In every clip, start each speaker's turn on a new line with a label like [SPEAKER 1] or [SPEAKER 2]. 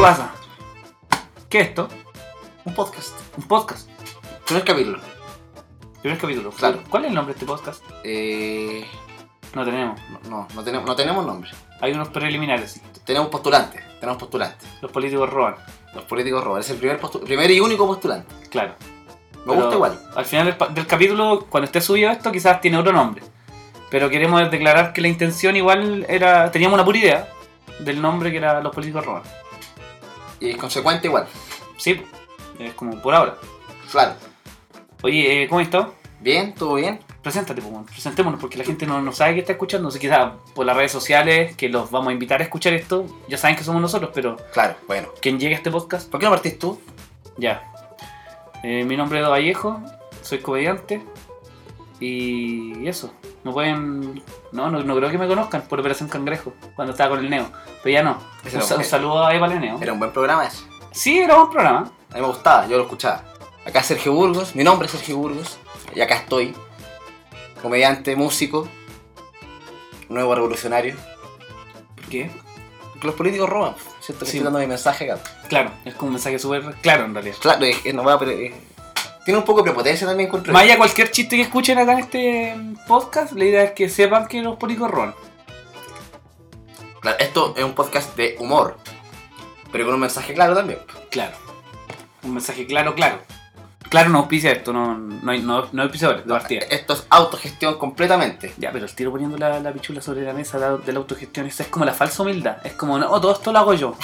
[SPEAKER 1] pasa? ¿Qué es esto?
[SPEAKER 2] Un podcast.
[SPEAKER 1] Un podcast.
[SPEAKER 2] Primer capítulo.
[SPEAKER 1] Primer capítulo.
[SPEAKER 2] Claro.
[SPEAKER 1] ¿Cuál es el nombre de este podcast?
[SPEAKER 2] Eh,
[SPEAKER 1] No tenemos.
[SPEAKER 2] no, no tenemos, no tenemos nombre.
[SPEAKER 1] Hay unos preliminares.
[SPEAKER 2] Tenemos postulantes. Tenemos postulantes.
[SPEAKER 1] Los políticos roban.
[SPEAKER 2] Los políticos roban. Es el primer, postu- primer y único postulante.
[SPEAKER 1] Claro.
[SPEAKER 2] Me
[SPEAKER 1] Pero
[SPEAKER 2] gusta igual.
[SPEAKER 1] Al final del, pa- del capítulo, cuando esté subido esto, quizás tiene otro nombre. Pero queremos declarar que la intención igual era. Teníamos una pura idea del nombre que era Los políticos roban.
[SPEAKER 2] Y es consecuente igual.
[SPEAKER 1] Sí, es como por ahora.
[SPEAKER 2] Claro.
[SPEAKER 1] Oye, eh, ¿cómo estás?
[SPEAKER 2] Bien, todo bien.
[SPEAKER 1] Preséntate, pues, bueno, presentémonos, porque la gente no, no sabe que está escuchando. No sé, quizás por las redes sociales, que los vamos a invitar a escuchar esto, ya saben que somos nosotros, pero
[SPEAKER 2] Claro, bueno.
[SPEAKER 1] quien llegue a este podcast,
[SPEAKER 2] ¿Por qué no partís tú?
[SPEAKER 1] ya. Eh, mi nombre es Edo Vallejo, soy comediante, y eso. No pueden. No, no, no creo que me conozcan por Operación Cangrejo, cuando estaba con el Neo, pero ya no.
[SPEAKER 2] Ese
[SPEAKER 1] Un,
[SPEAKER 2] era
[SPEAKER 1] sa-
[SPEAKER 2] un-
[SPEAKER 1] un saludo a Eva Leneo.
[SPEAKER 2] Era un buen programa ese.
[SPEAKER 1] Sí, era un programa.
[SPEAKER 2] A mí me gustaba, yo lo escuchaba. Acá es Sergio Burgos, mi nombre es Sergio Burgos, y acá estoy. Comediante, músico, nuevo revolucionario.
[SPEAKER 1] ¿Por qué?
[SPEAKER 2] Porque los políticos roban, ¿cierto? Que
[SPEAKER 1] Sí.
[SPEAKER 2] estoy dando mi mensaje acá.
[SPEAKER 1] Claro, es como un mensaje súper claro en realidad.
[SPEAKER 2] Claro, es, es nomás, pero, eh, tiene un poco de prepotencia también contra
[SPEAKER 1] Más allá de cualquier chiste que escuchen acá en este podcast, la idea es que sepan que los políticos roban.
[SPEAKER 2] Claro, esto es un podcast de humor, pero con un mensaje claro también.
[SPEAKER 1] Claro. Un mensaje claro, claro. Claro no auspicia esto, no, no hay, no, no hay auspiciadores de partida.
[SPEAKER 2] Esto es autogestión completamente.
[SPEAKER 1] Ya, pero el tiro poniendo la, la pichula sobre la mesa da- de la autogestión, esa es como la falsa humildad. Es como, no, oh, todo esto lo hago yo.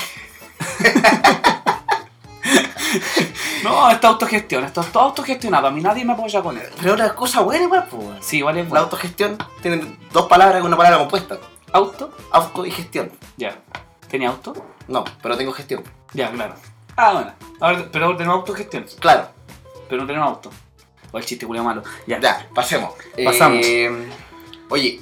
[SPEAKER 1] no, esta autogestión, esto es todo autogestionado, a mí nadie me apoya con él.
[SPEAKER 2] Pero una cosa buena igual, pues.
[SPEAKER 1] Sí, vale,
[SPEAKER 2] La autogestión tiene dos palabras con una palabra compuesta.
[SPEAKER 1] auto.
[SPEAKER 2] Auto y gestión.
[SPEAKER 1] Ya. ¿Tenía auto?
[SPEAKER 2] No, pero tengo gestión.
[SPEAKER 1] Ya, claro. Ah, bueno. Ahora, pero tenemos autogestión.
[SPEAKER 2] Claro.
[SPEAKER 1] Pero no tenemos auto. O el chiste culiao malo. Ya.
[SPEAKER 2] Ya, pasemos.
[SPEAKER 1] Pasamos.
[SPEAKER 2] Eh, oye,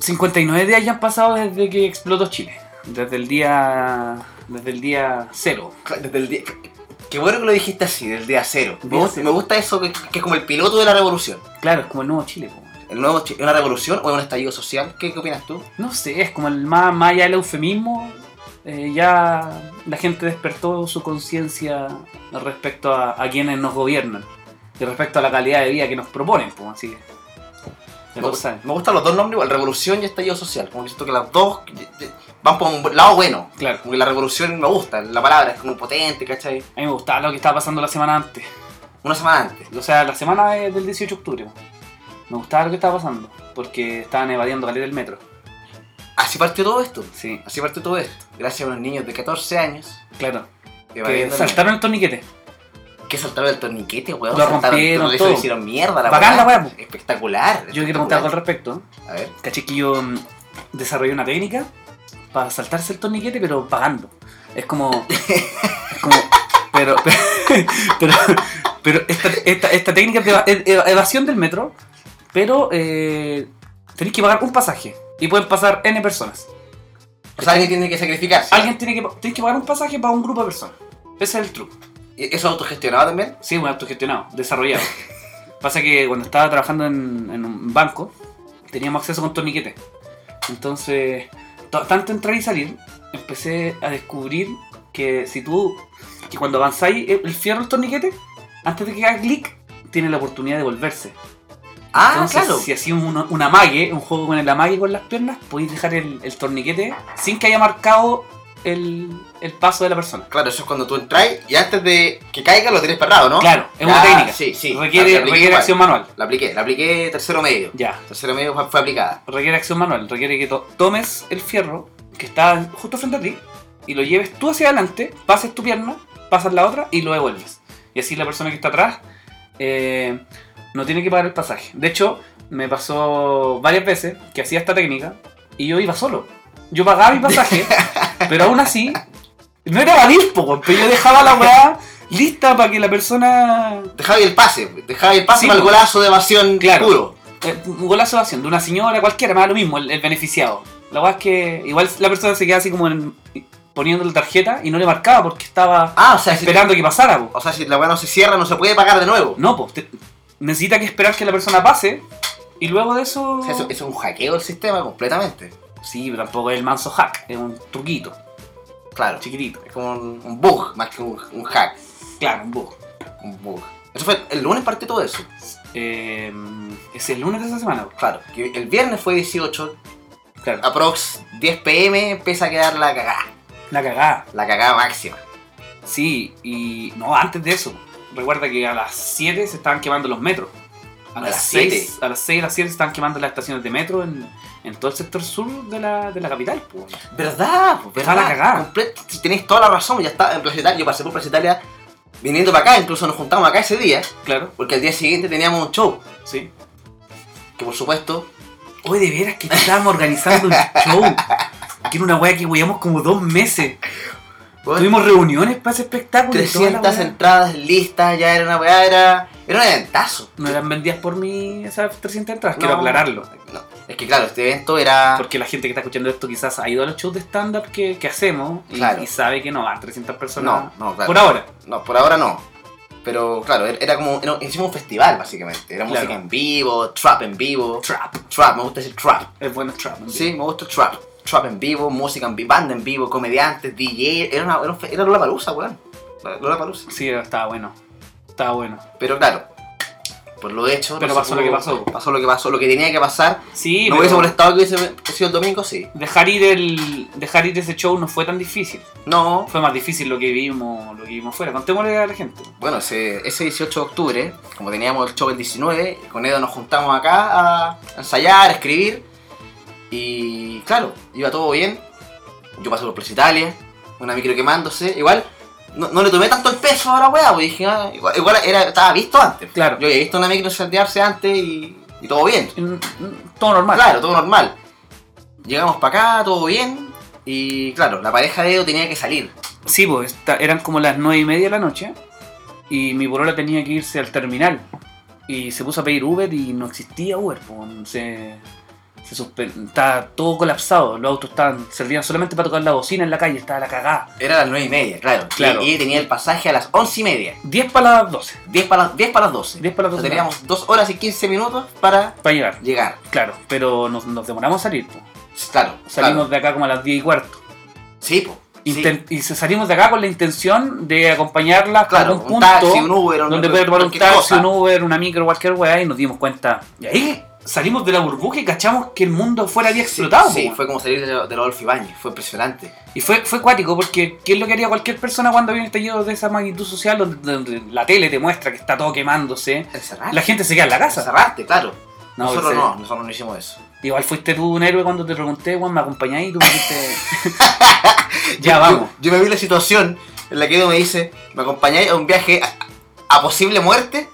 [SPEAKER 1] 59 días ya han pasado desde que explotó Chile. Desde el día. Desde el día cero.
[SPEAKER 2] cla- desde el día. Qué bueno que lo dijiste así, del día cero. Me,
[SPEAKER 1] Día
[SPEAKER 2] gusta-
[SPEAKER 1] cero.
[SPEAKER 2] me gusta eso que, que es como el piloto de la revolución.
[SPEAKER 1] Claro, es como el nuevo Chile. po.
[SPEAKER 2] ¿El nuevo Chi- una revolución o es un estallido social? ¿Qué, qué opinas tú?
[SPEAKER 1] No sé, es como el más, más allá del eufemismo. eh, ya la gente despertó su conciencia respecto a, a quienes nos gobiernan y respecto a la calidad de vida que nos proponen. po, así que. Ya
[SPEAKER 2] me,
[SPEAKER 1] todos saben.
[SPEAKER 2] me gustan los dos nombres igual, revolución y estallido social. Como que siento que las dos eh, eh, van por un lado bueno.
[SPEAKER 1] Claro,
[SPEAKER 2] Como que la revolución me gusta, la palabra es como potente, ¿cachai?
[SPEAKER 1] a mí me gustaba lo que estaba pasando la semana antes.
[SPEAKER 2] Una semana antes.
[SPEAKER 1] O sea, la semana de- del 18 de octubre. Me gustaba lo que estaba pasando. Porque estaban evadiendo caleta del metro.
[SPEAKER 2] Así partió todo esto.
[SPEAKER 1] Sí,
[SPEAKER 2] Así partió todo esto. Gracias a unos niños de 14 años
[SPEAKER 1] claro.
[SPEAKER 2] que,
[SPEAKER 1] Que
[SPEAKER 2] evadiendo-
[SPEAKER 1] saltaron el torniquete.
[SPEAKER 2] que saltaron el torniquete, weón.
[SPEAKER 1] Lo
[SPEAKER 2] Saltaron
[SPEAKER 1] rompieron,
[SPEAKER 2] eso,
[SPEAKER 1] todo.
[SPEAKER 2] hicieron mierda la
[SPEAKER 1] Bacán la
[SPEAKER 2] weá.
[SPEAKER 1] weá, po.
[SPEAKER 2] Espectacular.
[SPEAKER 1] Yo quiero
[SPEAKER 2] espectacular.
[SPEAKER 1] contar algo al respecto.
[SPEAKER 2] A ver.
[SPEAKER 1] Caché que yo mm, desarrollé una técnica para saltarse el torniquete, pero pagando. Es como. es como. Pero. Pero. pero esta, esta- esta técnica es de eva- e, eva- evasión del metro, pero eh, tenéis que pagar un pasaje. Y pueden pasar N personas.
[SPEAKER 2] O sea, alguien tiene que sacrificarse.
[SPEAKER 1] Alguien tiene que, pa- tiene que pagar un pasaje para un grupo de personas. Ese es el truco.
[SPEAKER 2] ¿E- ¿Eso autogestionado también?
[SPEAKER 1] Sí, un autogestionado, desarrollado. Pasa que cuando estaba trabajando en, en un banco, teníamos acceso con torniquete. Entonces, to- tanto entrar y salir, empecé a descubrir que si tú, que cuando avanzáis eh, el el fierro del torniquete, antes de que haga clic, tiene la oportunidad de volverse.
[SPEAKER 2] Ah,
[SPEAKER 1] Entonces,
[SPEAKER 2] claro.
[SPEAKER 1] si hacías un, un amague, un juego con el amague con las piernas, podéis dejar el, el torniquete sin que haya marcado el, el paso de la persona.
[SPEAKER 2] Claro, eso es cuando tú entras y antes de que caiga lo tienes perrado, ¿no?
[SPEAKER 1] Claro, es una
[SPEAKER 2] Ah,
[SPEAKER 1] técnica.
[SPEAKER 2] Sí, sí. La
[SPEAKER 1] requiere
[SPEAKER 2] apliqué
[SPEAKER 1] requiere
[SPEAKER 2] igual.
[SPEAKER 1] acción manual.
[SPEAKER 2] La apliqué, la apliqué tercero medio.
[SPEAKER 1] Ya,
[SPEAKER 2] Tercero medio fue, fue aplicada.
[SPEAKER 1] requiere acción manual, requiere que to- tomes el fierro que está justo frente a ti y lo lleves tú hacia adelante, pases tu pierna, pasas la otra y lo devuelves. Y así la persona que está atrás eh, no tiene que pagar el pasaje. De hecho, me pasó varias veces que hacía esta técnica y yo iba solo. Yo pagaba mi pasaje, pero aún así no era evadir, po, weón, pero yo dejaba la weá lista para que la persona
[SPEAKER 2] Dejaba ahí el pase, dejaba ahí el pase
[SPEAKER 1] Sí,
[SPEAKER 2] para el
[SPEAKER 1] pues.
[SPEAKER 2] golazo de evasión
[SPEAKER 1] Claro.
[SPEAKER 2] puro.
[SPEAKER 1] Eh, un golazo de acción de una señora cualquiera, me da lo mismo, el, el beneficiado. La verdad es que igual la persona se queda así como en- poniendo la tarjeta y no le marcaba porque estaba
[SPEAKER 2] Ah, o sea, si,
[SPEAKER 1] esperando que pasara. po.
[SPEAKER 2] o sea, si la weá no se cierra, no se puede pagar de nuevo.
[SPEAKER 1] No, pues necesita que esperar que la persona pase y luego de eso...
[SPEAKER 2] O sea, eso, eso es un hackeo del sistema completamente.
[SPEAKER 1] Sí, pero tampoco es el manso hack, es un truquito.
[SPEAKER 2] Claro.
[SPEAKER 1] chiquitito.
[SPEAKER 2] Es como un, un bug más que un, un hack.
[SPEAKER 1] Claro, un bug.
[SPEAKER 2] Un bug. Eso fue, el lunes partió todo eso.
[SPEAKER 1] Eh, es el lunes de esta semana,
[SPEAKER 2] Claro, que el viernes fue 18,
[SPEAKER 1] claro.
[SPEAKER 2] Ah. aprox 10 pm empieza a quedar la cagada.
[SPEAKER 1] La cagada.
[SPEAKER 2] La cagada máxima.
[SPEAKER 1] Sí, y no, antes de eso. Recuerda que a las 7 se estaban quemando los metros. A
[SPEAKER 2] ¿A
[SPEAKER 1] las
[SPEAKER 2] las
[SPEAKER 1] 6, a las 6 y las 7 se estaban quemando las estaciones de metro en, en todo el sector sur de la, de la capital. po.
[SPEAKER 2] ¿Verdad? po,
[SPEAKER 1] Está
[SPEAKER 2] ¿Verdad?
[SPEAKER 1] la cagada.
[SPEAKER 2] Complet- si tenés toda la razón, ya está en Plaza Italia. Yo pasé por Plaza Italia viniendo para acá, incluso nos juntamos acá ese día,
[SPEAKER 1] Claro,
[SPEAKER 2] porque al día siguiente teníamos un show.
[SPEAKER 1] sí.
[SPEAKER 2] Que por supuesto,
[SPEAKER 1] Oye, de veras que estábamos organizando un show. Que era una wea que huíamos como dos meses.
[SPEAKER 2] weón,
[SPEAKER 1] Tuvimos reuniones para ese espectáculo. y toda la
[SPEAKER 2] 300
[SPEAKER 1] wea.
[SPEAKER 2] entradas listas, ya era una weá, era, era un eventazo.
[SPEAKER 1] No eran vendidas por mí esas 300 entradas,
[SPEAKER 2] No.
[SPEAKER 1] quiero aclararlo.
[SPEAKER 2] No, es que claro, este evento era.
[SPEAKER 1] Porque la gente que está escuchando esto quizás ha ido a los shows de stand-up que, que hacemos y,
[SPEAKER 2] Claro.
[SPEAKER 1] y sabe que no van 300 personas.
[SPEAKER 2] No, no, claro.
[SPEAKER 1] Por ahora.
[SPEAKER 2] No, por ahora no. Pero claro, era- era como. era- hicimos un festival básicamente. Era
[SPEAKER 1] Claro.
[SPEAKER 2] música en vivo, trap en vivo.
[SPEAKER 1] Trap.
[SPEAKER 2] Trap, me gusta decir trap.
[SPEAKER 1] Es bueno trap. en
[SPEAKER 2] Sí, me gusta el trap. Trap en vivo, música en vivo, banda en vivo, comediantes, DJ. Era, una, era, un fe- era Lola Palusa, weón. Lola Palusa.
[SPEAKER 1] vivo. Sí, estaba bueno. Estaba bueno.
[SPEAKER 2] Pero claro, por lo hecho. no
[SPEAKER 1] Pero
[SPEAKER 2] se
[SPEAKER 1] pasó lo que pasó.
[SPEAKER 2] Pasó lo que pasó, lo que tenía que pasar.
[SPEAKER 1] Sí, pero
[SPEAKER 2] no hubiese molestado que hubiese sido el domingo, sí.
[SPEAKER 1] dejar ir el. Dejar ir ese show no fue tan difícil.
[SPEAKER 2] No.
[SPEAKER 1] Fue más difícil lo que vimos, lo que vimos fuera. Contémosle a la gente.
[SPEAKER 2] Bueno, ese, ese 18 de octubre, como teníamos el show el 19, con Edo nos juntamos acá a ensayar, a escribir. Y claro, iba todo bien. Yo pasé por Plaza Italia, una micro quemándose. Igual, no, no le tomé tanto el peso a la weá, porque dije, ah, igual, igual era, estaba visto antes.
[SPEAKER 1] Claro.
[SPEAKER 2] Yo había visto una micro incendiarse antes y, y todo bien.
[SPEAKER 1] Mm, mm, Todo normal.
[SPEAKER 2] Claro, todo normal. Llegamos para acá, todo bien. Y claro, la pareja de Edo tenía que salir.
[SPEAKER 1] Sí, pues esta- eran como las nueve y media de la noche y mi polola tenía que irse al terminal y se puso a pedir Uber y no existía Uber, pues, se, se suspen- estaba todo colapsado, los autos estaban, servían solamente para tocar la bocina en la calle, estaba la cagada.
[SPEAKER 2] Era las 9 y media, claro.
[SPEAKER 1] Claro.
[SPEAKER 2] Y, y tenía el pasaje a las 11 y media.
[SPEAKER 1] 10 para las 12,
[SPEAKER 2] 10 para, las- 10 para las 12.
[SPEAKER 1] 10 para las
[SPEAKER 2] O sea,
[SPEAKER 1] 12
[SPEAKER 2] teníamos 2 horas y 15 minutos para
[SPEAKER 1] para llegar,
[SPEAKER 2] llegar.
[SPEAKER 1] claro, pero nos, nos demoramos a salir, pues.
[SPEAKER 2] Claro,
[SPEAKER 1] salimos
[SPEAKER 2] claro.
[SPEAKER 1] de acá como a las 10 y cuarto.
[SPEAKER 2] Sí, po. Sí,
[SPEAKER 1] Inten- Y se- salimos de acá con la intención de acompañarla hasta
[SPEAKER 2] claro,
[SPEAKER 1] algún
[SPEAKER 2] un,
[SPEAKER 1] punto
[SPEAKER 2] taxi, un Uber, un
[SPEAKER 1] donde puede tomar un
[SPEAKER 2] cualquier
[SPEAKER 1] taxi,
[SPEAKER 2] cosa.
[SPEAKER 1] un Uber, una micro, cualquier weá, y nos dimos cuenta. Y ahí salimos de la burbuja y cachamos que el mundo afuera había explotado.
[SPEAKER 2] Sí,
[SPEAKER 1] po,
[SPEAKER 2] fue como salir de, de Rodolfo Ibáñez, fue impresionante.
[SPEAKER 1] Y fue, fue cuático, porque ¿qué es lo que haría cualquier persona cuando había un estallido de esa magnitud social donde, donde la tele te muestra que está todo quemándose?
[SPEAKER 2] Encerrarte.
[SPEAKER 1] La gente se queda en la casa.
[SPEAKER 2] Encerrarte, claro.
[SPEAKER 1] No,
[SPEAKER 2] Ah, nosotros
[SPEAKER 1] en
[SPEAKER 2] no,
[SPEAKER 1] serio.
[SPEAKER 2] nosotros no hicimos eso.
[SPEAKER 1] Igual fuiste tú un héroe cuando te pregunté, Juan, ¿me acompañáis? Y tú me dijiste... ya,
[SPEAKER 2] Yo-
[SPEAKER 1] vamos.
[SPEAKER 2] Yo, yo me vi la situación en la que Edo me dice, ¿me acompañáis a un viaje a, a posible muerte?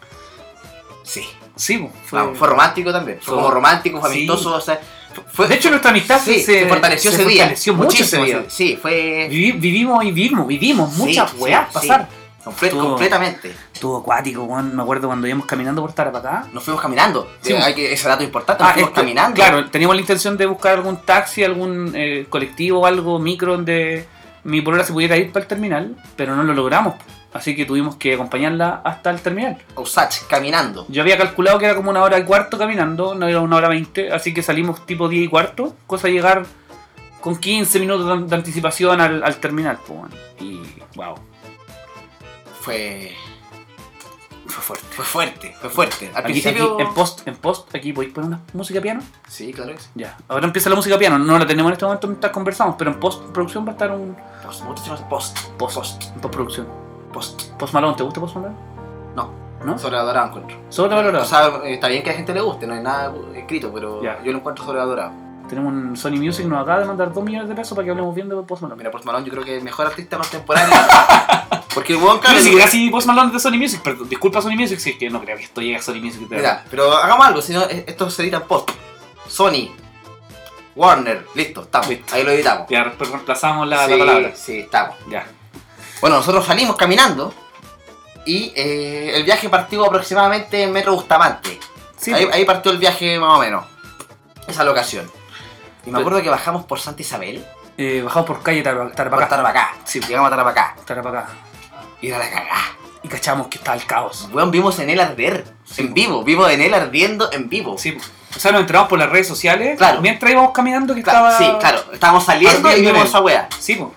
[SPEAKER 2] Sí.
[SPEAKER 1] Sí, po, fue...
[SPEAKER 2] Vamos, Fue, romántico también. Fue,
[SPEAKER 1] Fue-
[SPEAKER 2] como romántico, fue
[SPEAKER 1] sí.
[SPEAKER 2] amistoso, o sea, fue...
[SPEAKER 1] De hecho, nuestra amistad
[SPEAKER 2] sí,
[SPEAKER 1] se,
[SPEAKER 2] se fortaleció
[SPEAKER 1] se
[SPEAKER 2] ese día.
[SPEAKER 1] fortaleció mucho ese
[SPEAKER 2] muchísimo
[SPEAKER 1] día.
[SPEAKER 2] ese- Sí, fue...
[SPEAKER 1] Vivi- vivimos y vivimos, vivimos
[SPEAKER 2] Sí,
[SPEAKER 1] muchas
[SPEAKER 2] sí,
[SPEAKER 1] weas
[SPEAKER 2] sí.
[SPEAKER 1] pasar.
[SPEAKER 2] Comple-
[SPEAKER 1] Todo.
[SPEAKER 2] Completamente.
[SPEAKER 1] Estuvo acuático, weón. Me acuerdo cuando íbamos caminando por Tarapacá.
[SPEAKER 2] Nos fuimos caminando.
[SPEAKER 1] Sí.
[SPEAKER 2] Hay que, ese dato es importante. Nos fuimos
[SPEAKER 1] este,
[SPEAKER 2] caminando.
[SPEAKER 1] Claro, teníamos la intención de buscar algún taxi, algún eh, colectivo o algo, micro, donde mi polola se pudiera ir para el terminal, pero no lo logramos. Así que tuvimos que acompañarla hasta el terminal.
[SPEAKER 2] Osach, caminando.
[SPEAKER 1] Yo había calculado que era como una hora y cuarto caminando, no era una hora veinte, así que salimos tipo 10 y cuarto, cosa de llegar con 15 minutos de, de anticipación al, al terminal. po, weón. y wow,
[SPEAKER 2] Fue.
[SPEAKER 1] fue fuerte.
[SPEAKER 2] Fue fuerte, fue fuerte. Al
[SPEAKER 1] Aquí-
[SPEAKER 2] principio.
[SPEAKER 1] aquí, en post, en post, aquí podéis poner una música piano.
[SPEAKER 2] Sí, claro que sí.
[SPEAKER 1] Ya. Ahora empieza la música piano. No la tenemos en este momento mientras conversamos, pero en postproducción va a estar un
[SPEAKER 2] Post, muchos temas post. Post. Post.
[SPEAKER 1] en postproducción.
[SPEAKER 2] Post.
[SPEAKER 1] Post Malone, ¿te gusta Post Malone? ¿No?
[SPEAKER 2] Sobrevalorado encuentro.
[SPEAKER 1] Sobrevalorado.
[SPEAKER 2] O sea, eh, está bien que a la gente le guste, no hay nada escrito, pero
[SPEAKER 1] Ya.
[SPEAKER 2] yo lo encuentro sobrevalorado.
[SPEAKER 1] Tenemos un Sony Music, nos acaba de mandar 2 millones de pesos para que hablemos bien de Post Malone.
[SPEAKER 2] Mira, Post Malone, yo creo que es mejor artista contemporáneo. Porque el weón,
[SPEAKER 1] Yo
[SPEAKER 2] claro.
[SPEAKER 1] ni siquiera si Post Malone es de Sony Music, pero disculpa Sony Music, si es que no creo que esto llegue a Sony Music. de verdad.
[SPEAKER 2] Mira, pero hagamos algo, si no, eh, esto se edita en post. Sony. Warner, listo, estamos.
[SPEAKER 1] Listo.
[SPEAKER 2] Ahí lo editamos.
[SPEAKER 1] Ya, re- reemplazamos la,
[SPEAKER 2] sí,
[SPEAKER 1] la palabra.
[SPEAKER 2] Sí, estamos.
[SPEAKER 1] Ya.
[SPEAKER 2] Bueno, nosotros salimos caminando y eh, el viaje partió aproximadamente en Metro Bustamante.
[SPEAKER 1] Sí, pues,
[SPEAKER 2] ahí, ahí partió el viaje más o menos. Esa locación. Y
[SPEAKER 1] Pero-
[SPEAKER 2] me acuerdo que bajamos por Santa Isabel,
[SPEAKER 1] eh, bajamos por calle Tarapacá.
[SPEAKER 2] por
[SPEAKER 1] Tarapacá.
[SPEAKER 2] Tarapacá. Sí,
[SPEAKER 1] pues.
[SPEAKER 2] llegamos a Tarapacá.
[SPEAKER 1] Tarapacá.
[SPEAKER 2] Y era la cagada.
[SPEAKER 1] Y cachamos que estaba el caos.
[SPEAKER 2] Weón, vimos en él arder. en vivo, vimos en él ardiendo en vivo.
[SPEAKER 1] pues. Sí, pues. o sea, nos enteramos por las redes sociales.
[SPEAKER 2] Claro.
[SPEAKER 1] Mientras íbamos caminando que
[SPEAKER 2] Claro,
[SPEAKER 1] estaba...
[SPEAKER 2] sí, claro. Estábamos saliendo y
[SPEAKER 1] Ardiendo en
[SPEAKER 2] vimos
[SPEAKER 1] él.
[SPEAKER 2] esa wea.
[SPEAKER 1] Sí, po.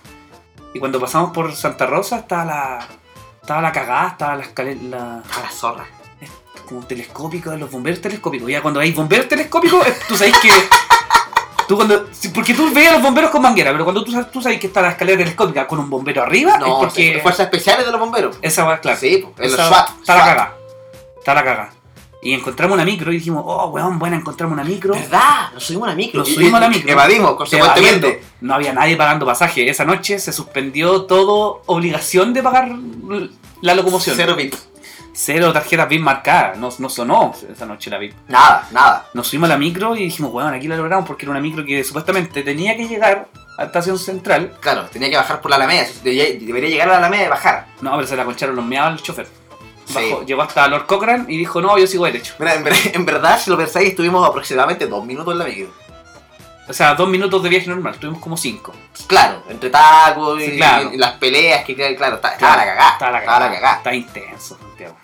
[SPEAKER 1] Y cuando pasamos por Santa Rosa estaba la, estaba la cagada, estaba la escalera, la-
[SPEAKER 2] A la zorra.
[SPEAKER 1] como telescópica, los bomberos telescópicos. Ya cuando hay bomberos telescópicos, eh, tú sabes que... Tú cuando, sí, porque tú veías a los bomberos con manguera, pero cuando tú, sabes- tú sabes que está la escalera telescópica con un bombero arriba,
[SPEAKER 2] No,
[SPEAKER 1] es porque...
[SPEAKER 2] sí, fuerzas especiales de los bomberos.
[SPEAKER 1] esa va claro.
[SPEAKER 2] Sí, pues, en los
[SPEAKER 1] Esa-
[SPEAKER 2] SWAT.
[SPEAKER 1] Está la
[SPEAKER 2] SWAT.
[SPEAKER 1] cagada. Está la cagada. Y encontramos una micro y dijimos, oh, weón, buena, encontramos una micro.
[SPEAKER 2] ¿Verdad? Nos subimos a la micro.
[SPEAKER 1] Nos subimos a la micro.
[SPEAKER 2] Evadimos, consecuentemente.
[SPEAKER 1] evadiendo. No había nadie pagando pasaje. Esa noche se suspendió todo obligación de pagar l- la locomoción.
[SPEAKER 2] Cero bits.
[SPEAKER 1] Cero tarjetas bien marcadas. No, no sonó esa noche la VIP.
[SPEAKER 2] Nada, nada.
[SPEAKER 1] Nos subimos a la micro y dijimos, weón, aquí la logramos porque era una micro que supuestamente tenía que llegar a Estación Central.
[SPEAKER 2] Claro, tenía que bajar por la Alameda. si Debería debería llegar a la Alameda y bajar.
[SPEAKER 1] No, pero se la concharon los meados al chofer.
[SPEAKER 2] Sí.
[SPEAKER 1] Bajó- Llegó hasta Lord Cochrane y dijo, no, yo sigo derecho.
[SPEAKER 2] Mira, en, ver- en verdad, si lo pensáis, estuvimos aproximadamente dos minutos en la micro.
[SPEAKER 1] O sea, dos minutos de viaje normal, tuvimos como cinco.
[SPEAKER 2] Claro, entre tacos y,
[SPEAKER 1] Sí, claro.
[SPEAKER 2] y las peleas, que claro, está- estaba
[SPEAKER 1] Claro,
[SPEAKER 2] la cagada.
[SPEAKER 1] Está la
[SPEAKER 2] estaba
[SPEAKER 1] cagada.
[SPEAKER 2] la cagada.
[SPEAKER 1] Está intenso, Santiago.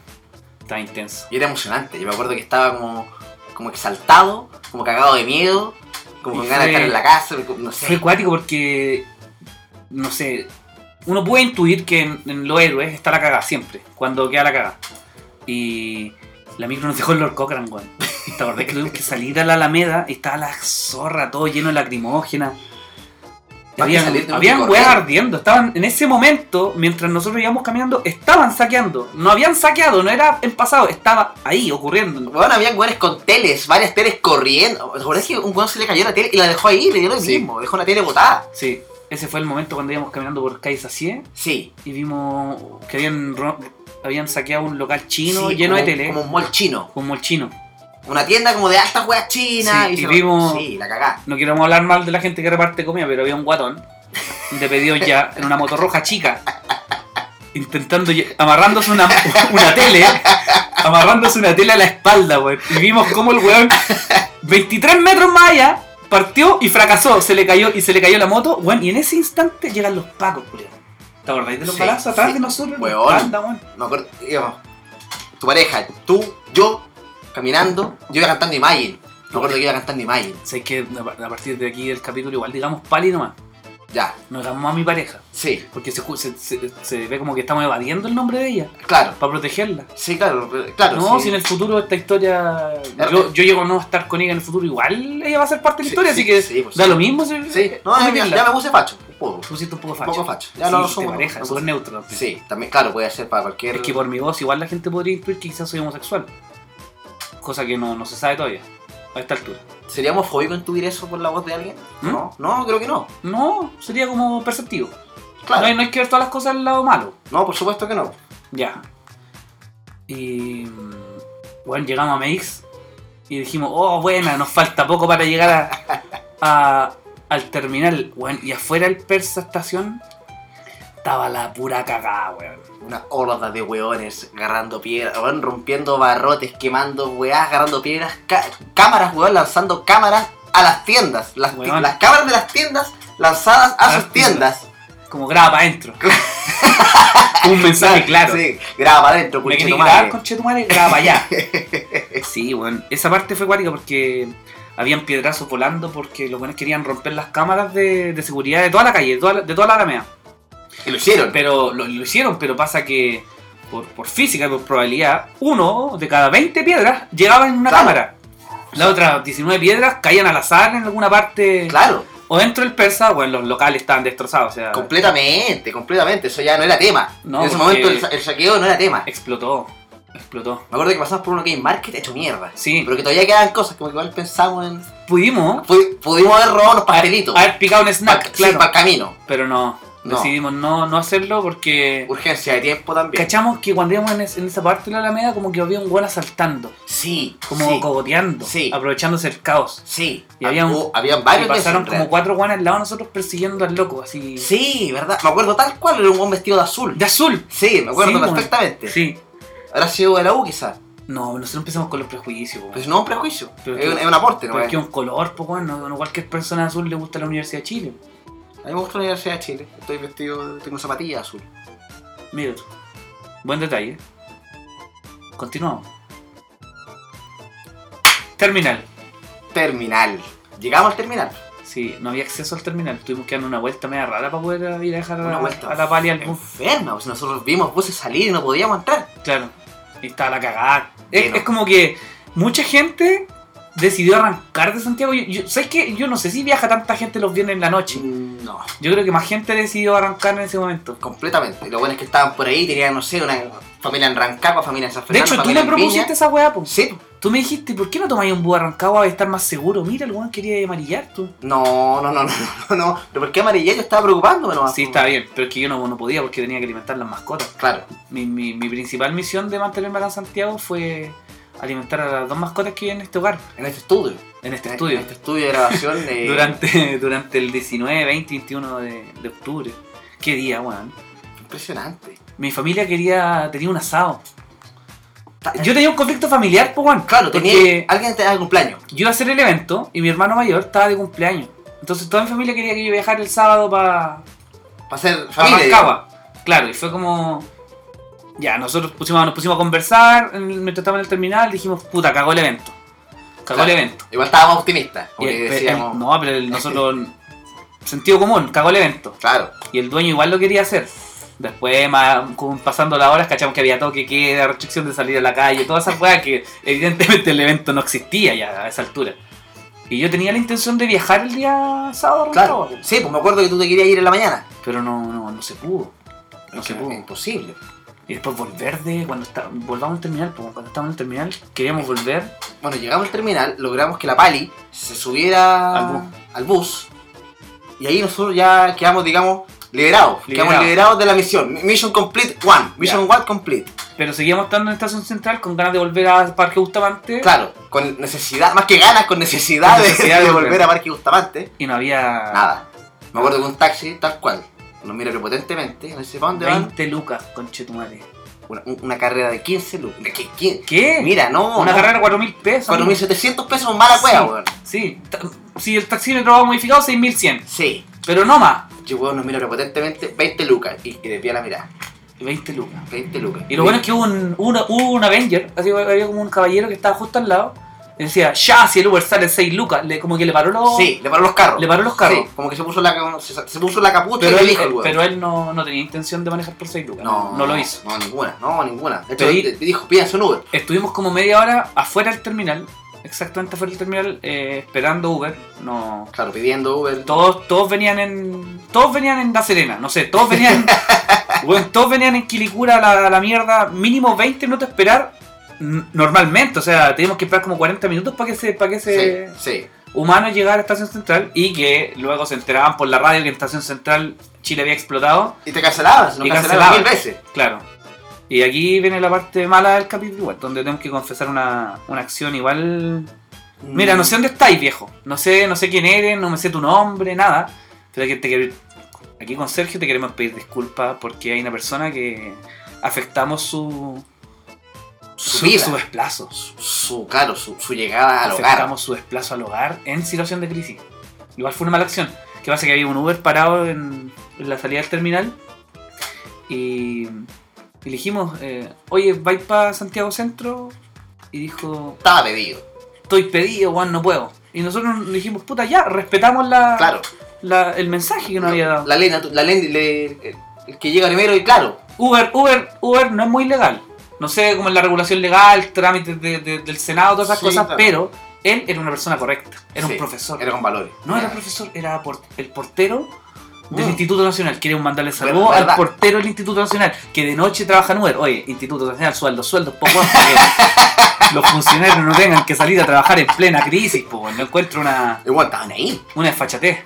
[SPEAKER 1] Está intenso.
[SPEAKER 2] Y era emocionante. Yo me acuerdo que estaba como, como exaltado, como cagado de miedo, como
[SPEAKER 1] Y
[SPEAKER 2] con ganas
[SPEAKER 1] fue-
[SPEAKER 2] de estar en la casa, no
[SPEAKER 1] Fue
[SPEAKER 2] sé.
[SPEAKER 1] acuático porque, no sé, uno puede intuir que en, en los héroes está la cagada siempre, cuando queda la cagada. Y la micro nos dejó el Lord Cochrane, weón. ¿Te acordás que tuvimos que salir a la Alameda y estaba la zorra todo lleno de lacrimógenas?
[SPEAKER 2] que
[SPEAKER 1] Habían,
[SPEAKER 2] salir, tenemos
[SPEAKER 1] habían
[SPEAKER 2] que correr.
[SPEAKER 1] weas ardiendo, estaban en ese momento, mientras nosotros íbamos caminando, estaban saqueando. No habían saqueado, no era en pasado, estaba ahí ocurriendo.
[SPEAKER 2] Bueno, habían güeyes con teles, varias teles corriendo. ¿Te acordás que un güey se le cayó la tele y la dejó ahí? Le dio lo
[SPEAKER 1] Sí.
[SPEAKER 2] mismo, dejó la tele botada.
[SPEAKER 1] Sí, ese fue el momento cuando íbamos caminando por calles así
[SPEAKER 2] Sí.
[SPEAKER 1] y vimos que habían, ro- habían saqueado un local chino
[SPEAKER 2] Sí,
[SPEAKER 1] lleno de
[SPEAKER 2] como-
[SPEAKER 1] tele,
[SPEAKER 2] Como
[SPEAKER 1] como,
[SPEAKER 2] un mall chino.
[SPEAKER 1] el chino.
[SPEAKER 2] Una tienda como de altas weas chinas.
[SPEAKER 1] Sí, y
[SPEAKER 2] se-
[SPEAKER 1] vimos-
[SPEAKER 2] Sí, la cagá.
[SPEAKER 1] No queremos hablar mal de la gente que reparte comida, pero había un guatón de pedido ya en una motorroja chica, intentando, lle- amarrándose una, una tele, amarrándose una tele a la espalda, weón. Y vimos cómo el weón, 23 metros más allá, partió y fracasó, se le cayó y se le cayó la moto, weón. Y en ese instante llegan los pacos, culiao. ¿Te acordáis de los
[SPEAKER 2] Sí,
[SPEAKER 1] balazos atrás
[SPEAKER 2] sí.
[SPEAKER 1] de nosotros?
[SPEAKER 2] Weón.
[SPEAKER 1] Banda, weón.
[SPEAKER 2] Me acuerdo, íbamos, tu pareja, tú, yo, caminando, yo iba cantando Imagine. Me acuerdo que iba cantando Imagine.
[SPEAKER 1] Sabes que a par- a partir de aquí el capítulo igual digamos pali nomás.
[SPEAKER 2] Ya,
[SPEAKER 1] No digamos a mi pareja.
[SPEAKER 2] sí,
[SPEAKER 1] Porque se, ju- se, se- se ve como que estamos evadiendo el nombre de ella.
[SPEAKER 2] claro.
[SPEAKER 1] Para protegerla.
[SPEAKER 2] Sí, claro, claro.
[SPEAKER 1] no,
[SPEAKER 2] sí.
[SPEAKER 1] si en el futuro esta historia. Yo, yo llego a no estar con ella en el futuro, igual ella va a ser parte de la
[SPEAKER 2] Sí,
[SPEAKER 1] historia,
[SPEAKER 2] sí,
[SPEAKER 1] así que
[SPEAKER 2] sí, pues,
[SPEAKER 1] da
[SPEAKER 2] sí.
[SPEAKER 1] lo mismo. si-
[SPEAKER 2] Sí, no, ya,
[SPEAKER 1] omitirla.
[SPEAKER 2] ya me puse facho. Un poco.
[SPEAKER 1] Pusiste un poco
[SPEAKER 2] Un
[SPEAKER 1] facho.
[SPEAKER 2] poco facho. Ya
[SPEAKER 1] Sí,
[SPEAKER 2] no lo
[SPEAKER 1] dijiste
[SPEAKER 2] somos.
[SPEAKER 1] pareja,
[SPEAKER 2] no,
[SPEAKER 1] súper
[SPEAKER 2] no.
[SPEAKER 1] neutro. también.
[SPEAKER 2] Sí, también, claro, puede ser para cualquier.
[SPEAKER 1] Es que por mi voz, igual la gente podría intuir que quizás soy homosexual. Cosa que no, no se sabe todavía. A esta altura.
[SPEAKER 2] ¿Sería homofóbico intuir eso por la voz de alguien?
[SPEAKER 1] ¿Mm?
[SPEAKER 2] No, no, creo que no.
[SPEAKER 1] No, sería como perceptivo. No,
[SPEAKER 2] Claro.
[SPEAKER 1] hay, no hay que ver todas las cosas al lado malo.
[SPEAKER 2] No, por supuesto que no.
[SPEAKER 1] Ya. Y. mm, Bueno, llegamos a Meix y dijimos, oh, buena, nos falta poco para llegar a, a- al terminal. Bueno, y afuera el Persa Estación estaba la pura cagada, weón.
[SPEAKER 2] Una horda de weones agarrando piedras, weón, rompiendo barrotes, quemando weás, agarrando piedras, ca- cámaras, weón, lanzando cámaras a las tiendas. Las, ti-
[SPEAKER 1] Weón.
[SPEAKER 2] las cámaras de las tiendas lanzadas
[SPEAKER 1] A
[SPEAKER 2] a, sus
[SPEAKER 1] las
[SPEAKER 2] tiendas.
[SPEAKER 1] Como graba para adentro. Un mensaje claro.
[SPEAKER 2] Sí, graba adentro,
[SPEAKER 1] Me quería ah,
[SPEAKER 2] cuchillo
[SPEAKER 1] grabar,
[SPEAKER 2] madre.
[SPEAKER 1] conchetumare, graba allá. sí, weón. Esa parte fue cuática porque habían piedrazos volando porque los buenos querían romper las cámaras de, de seguridad de toda la calle, de toda la, de toda la Alameda.
[SPEAKER 2] Y lo hicieron.
[SPEAKER 1] Pero lo, lo hicieron, pero pasa que por, por física, por probabilidad, uno de cada 20 piedras llegaba en una
[SPEAKER 2] Claro.
[SPEAKER 1] cámara. Las otras 19 piedras caían al azar en alguna parte,
[SPEAKER 2] Claro,
[SPEAKER 1] o dentro del persa, o en los locales estaban destrozados. O sea,
[SPEAKER 2] completamente, completamente. Eso ya no era tema.
[SPEAKER 1] No,
[SPEAKER 2] en ese
[SPEAKER 1] porque-
[SPEAKER 2] momento el, sa- el saqueo no era tema.
[SPEAKER 1] explotó, explotó.
[SPEAKER 2] Me acuerdo que pasamos por un game market hecho mierda.
[SPEAKER 1] Sí,
[SPEAKER 2] Pero que todavía quedan cosas, como que igual pensamos en.
[SPEAKER 1] pudimos
[SPEAKER 2] Pu- pudimos haber robado los pastelitos.
[SPEAKER 1] haber picado un snack,
[SPEAKER 2] Pa- sí,
[SPEAKER 1] claro,
[SPEAKER 2] para el camino.
[SPEAKER 1] pero no,
[SPEAKER 2] No.
[SPEAKER 1] decidimos no, no hacerlo porque
[SPEAKER 2] Urgencia de tiempo también.
[SPEAKER 1] cachamos que cuando íbamos en, es- en esa parte de la Alameda como que había un buen asaltando,
[SPEAKER 2] Sí,
[SPEAKER 1] como
[SPEAKER 2] sí,
[SPEAKER 1] cogoteando,
[SPEAKER 2] Sí.
[SPEAKER 1] aprovechándose el caos.
[SPEAKER 2] sí.
[SPEAKER 1] Y había un-
[SPEAKER 2] Hubo- habían
[SPEAKER 1] Y
[SPEAKER 2] varios de
[SPEAKER 1] pasaron
[SPEAKER 2] esos,
[SPEAKER 1] como
[SPEAKER 2] real.
[SPEAKER 1] cuatro guanas al lado de nosotros persiguiendo al loco, así.
[SPEAKER 2] Sí, verdad. Me acuerdo tal cual, era un buen vestido de azul.
[SPEAKER 1] De azul.
[SPEAKER 2] Sí, me acuerdo
[SPEAKER 1] Sí, bueno.
[SPEAKER 2] perfectamente.
[SPEAKER 1] Sí.
[SPEAKER 2] Habrá sido de la U quizás.
[SPEAKER 1] No, nosotros empezamos con los prejuicios, po,
[SPEAKER 2] Pues no es un prejuicio.
[SPEAKER 1] Pero
[SPEAKER 2] es,
[SPEAKER 1] que-
[SPEAKER 2] un, es un aporte, ¿no?
[SPEAKER 1] Pero es que
[SPEAKER 2] A
[SPEAKER 1] un color, pues bueno, no, no cualquier persona azul le gusta la Universidad de Chile.
[SPEAKER 2] mí me gusta la Universidad de Chile. Estoy vestido, tengo zapatillas azul.
[SPEAKER 1] Mira tú. Buen detalle. Continuamos. Terminal.
[SPEAKER 2] Terminal. Llegamos al terminal.
[SPEAKER 1] Sí, no había acceso al terminal. Tuvimos que dar una vuelta media rara para poder ir a dejar a,
[SPEAKER 2] Una
[SPEAKER 1] la-
[SPEAKER 2] vuelta
[SPEAKER 1] Ah, a la palia al bus.
[SPEAKER 2] enferma, pues nosotros vimos buses salir y no podíamos entrar.
[SPEAKER 1] Claro. Y estaba la cagada. Es,
[SPEAKER 2] Lleno.
[SPEAKER 1] es como que mucha gente decidió arrancar de Santiago. Yo, yo- ¿Sabes qué? Yo no sé si viaja tanta gente los viernes en la noche.
[SPEAKER 2] Mm, No,
[SPEAKER 1] Yo creo que más gente decidió arrancar en ese momento.
[SPEAKER 2] completamente. Lo bueno es que estaban por ahí, tenían, no sé, una familia en Rancagua, familia en San
[SPEAKER 1] De
[SPEAKER 2] Fernando.
[SPEAKER 1] hecho, tú
[SPEAKER 2] familia
[SPEAKER 1] me
[SPEAKER 2] en
[SPEAKER 1] propusiste
[SPEAKER 2] Viña.
[SPEAKER 1] esa weá, po.
[SPEAKER 2] Sí,
[SPEAKER 1] Tú me dijiste, ¿por qué no tomáis un bus arrancado a estar más seguro? Mira, el weón quería amarillar tú.
[SPEAKER 2] No, no, no, no, no, no. Pero ¿por qué amarillé? Yo estaba preocupándome nomás. pues.
[SPEAKER 1] Sí, está bien, pero es que yo no, no podía porque tenía que alimentar las mascotas.
[SPEAKER 2] Claro.
[SPEAKER 1] Mi, mi- mi principal misión de mantenerme acá en Santiago fue alimentar a las dos mascotas que viven en este hogar,
[SPEAKER 2] En este estudio.
[SPEAKER 1] en este
[SPEAKER 2] En-
[SPEAKER 1] estudio.
[SPEAKER 2] En este estudio de grabación. eh,
[SPEAKER 1] durante, durante el 19, 20, 21 de, de octubre. Qué día, weón.
[SPEAKER 2] Impresionante.
[SPEAKER 1] Mi familia quería. tenía un asado.
[SPEAKER 2] Ta-
[SPEAKER 1] Yo tenía un conflicto familiar, pues, weón.
[SPEAKER 2] Claro, tenía.
[SPEAKER 1] porque
[SPEAKER 2] Alguien te da el cumpleaños.
[SPEAKER 1] Yo iba a hacer el evento y mi hermano mayor estaba de cumpleaños. Entonces toda mi familia quería que yo viajara el sábado para
[SPEAKER 2] Para ser
[SPEAKER 1] para
[SPEAKER 2] familia. digamos.
[SPEAKER 1] Claro, y fue como. Ya, nosotros pusimos, nos pusimos a conversar en- mientras estábamos en el terminal. Dijimos, puta, cagó el evento. Cagó
[SPEAKER 2] Claro.
[SPEAKER 1] el evento.
[SPEAKER 2] Igual estábamos
[SPEAKER 1] Y
[SPEAKER 2] optimistas. Porque
[SPEAKER 1] el-
[SPEAKER 2] decíamos.
[SPEAKER 1] el- no, pero el- nosotros. sentido común, cagó el evento.
[SPEAKER 2] Claro.
[SPEAKER 1] Y el dueño igual lo quería hacer. Después, más, con- pasando las horas, cachamos que había toque, que era restricción de salir a la calle, todas esas weas que evidentemente el evento no existía ya a esa altura. Y yo tenía la intención de viajar el día sábado,
[SPEAKER 2] Claro.
[SPEAKER 1] arrancado,
[SPEAKER 2] Sí, pues me acuerdo que tú te querías ir en la mañana.
[SPEAKER 1] pero no, no, no se pudo. No se
[SPEAKER 2] Porque
[SPEAKER 1] pudo.
[SPEAKER 2] es Imposible.
[SPEAKER 1] Y después volver de, cuando está, volvamos al terminal, pues, cuando estábamos en el terminal, queríamos volver.
[SPEAKER 2] Bueno, llegamos al terminal, logramos que la Pali se subiera
[SPEAKER 1] Al bus.
[SPEAKER 2] al bus, y ahí nosotros ya quedamos, digamos, liberados. Quedamos
[SPEAKER 1] Liberados.
[SPEAKER 2] liberados de la misión. Mi- Mission complete one. Mission one complete.
[SPEAKER 1] Pero seguíamos estando en Estación Central con ganas de volver a Parque Bustamante
[SPEAKER 2] Claro, con necesidad, más que ganas, con necesidad,
[SPEAKER 1] Con
[SPEAKER 2] de-
[SPEAKER 1] necesidad
[SPEAKER 2] de,
[SPEAKER 1] de
[SPEAKER 2] volver
[SPEAKER 1] volver. Ah.
[SPEAKER 2] a Parque Bustamante.
[SPEAKER 1] y no había
[SPEAKER 2] Nada. Me acuerdo que un taxi, tal cual, nos mira prepotentemente, no sé para dónde van.
[SPEAKER 1] 20 lucas, conchetumare.
[SPEAKER 2] Una, un- una carrera de 15 lucas. ¿Qué? qué?
[SPEAKER 1] ¿Qué?
[SPEAKER 2] Mira, no.
[SPEAKER 1] Una
[SPEAKER 2] no.
[SPEAKER 1] carrera de 4 mil pesos. amigo.
[SPEAKER 2] 4.700 pesos, mala
[SPEAKER 1] Sí.
[SPEAKER 2] cueva, weón.
[SPEAKER 1] Sí, ta- si el taxímetro va modificado, 6100.
[SPEAKER 2] Sí.
[SPEAKER 1] Pero no más.
[SPEAKER 2] Yo, weón, nos mira prepotentemente, 20 lucas, y, y desvía la mirada.
[SPEAKER 1] 20 lucas. 20
[SPEAKER 2] lucas.
[SPEAKER 1] Y lo bueno es que hubo un, una- hubo un Avenger, así había como un caballero que estaba justo al lado. Y decía, ya, si el Uber sale 6 lucas. Le, como que le paró los,
[SPEAKER 2] Sí, le paró los carros.
[SPEAKER 1] le paró los carros.
[SPEAKER 2] Sí, como que se puso la, se, se puso la capucha
[SPEAKER 1] Pero
[SPEAKER 2] y le
[SPEAKER 1] él,
[SPEAKER 2] dijo el weón.
[SPEAKER 1] pero él no, no tenía intención de manejar por 6 lucas. No, lo hizo.
[SPEAKER 2] No, ninguna, no, ninguna. De hecho,
[SPEAKER 1] Pedí-
[SPEAKER 2] le- le dijo, pídanse un Uber.
[SPEAKER 1] Estuvimos como media hora afuera del terminal, exactamente afuera del terminal, eh, esperando Uber. No,
[SPEAKER 2] Claro, pidiendo Uber.
[SPEAKER 1] todos, todos venían en. Todos venían en La Serena, no sé, todos venían. weón, todos venían en Quilicura a la, a la mierda, mínimo 20 minutos a esperar n- normalmente, o sea, teníamos que esperar como 40 minutos para que ese, para que ese
[SPEAKER 2] Sí, sí.
[SPEAKER 1] humano llegara a la Estación Central y que luego se enteraban por la radio que en Estación Central Chile había explotado,
[SPEAKER 2] Y te cancelaban, se nos
[SPEAKER 1] Y
[SPEAKER 2] cancelaban mil
[SPEAKER 1] cancelaban.
[SPEAKER 2] veces.
[SPEAKER 1] claro. Y aquí viene la parte mala del capítulo, igual, donde tenemos que confesar una, una acción igual Mira,
[SPEAKER 2] Mm.
[SPEAKER 1] no sé dónde estáis, viejo. No sé, no sé quién eres, no me sé tu nombre, nada. Pero aquí, te quer- aquí con Sergio te queremos pedir disculpas porque hay una persona que afectamos su.
[SPEAKER 2] Su vida.
[SPEAKER 1] Su desplazo.
[SPEAKER 2] Su, claro, su, su llegada al hogar.
[SPEAKER 1] afectamos su desplazo al hogar en situación de crisis. Igual fue una mala acción. Que pasa que había un Uber parado en, en la salida del terminal y, y le dijimos, eh, oye, ¿vais para Santiago Centro? Y dijo,
[SPEAKER 2] Estaba pedido,
[SPEAKER 1] estoy pedido, Juan, no puedo. Y nosotros le dijimos, puta, ya, respetamos la,
[SPEAKER 2] claro.
[SPEAKER 1] la- el mensaje que nos había dado.
[SPEAKER 2] La ley, natu- la ley, le- el, el que llega primero y claro.
[SPEAKER 1] Uber, Uber, Uber no es muy legal. No sé cómo es la regulación legal, trámites de- de- del Senado, todas esas
[SPEAKER 2] Sí,
[SPEAKER 1] cosas,
[SPEAKER 2] claro.
[SPEAKER 1] pero él era una persona correcta, era
[SPEAKER 2] Sí,
[SPEAKER 1] un profesor.
[SPEAKER 2] Era con valores.
[SPEAKER 1] No era
[SPEAKER 2] Ya.
[SPEAKER 1] profesor, era por- el portero del
[SPEAKER 2] Mm.
[SPEAKER 1] Instituto Nacional. Queremos mandarle
[SPEAKER 2] Ver-
[SPEAKER 1] saludos al
[SPEAKER 2] verdad.
[SPEAKER 1] portero del Instituto Nacional, que de noche trabaja en Uber. Oye, Instituto Nacional, sueldos, sueldos, po, weón, para que los funcionarios no tengan que salir a trabajar en plena crisis, po, weón. no encuentro una...
[SPEAKER 2] Igual estaban ahí.
[SPEAKER 1] una desfachatez.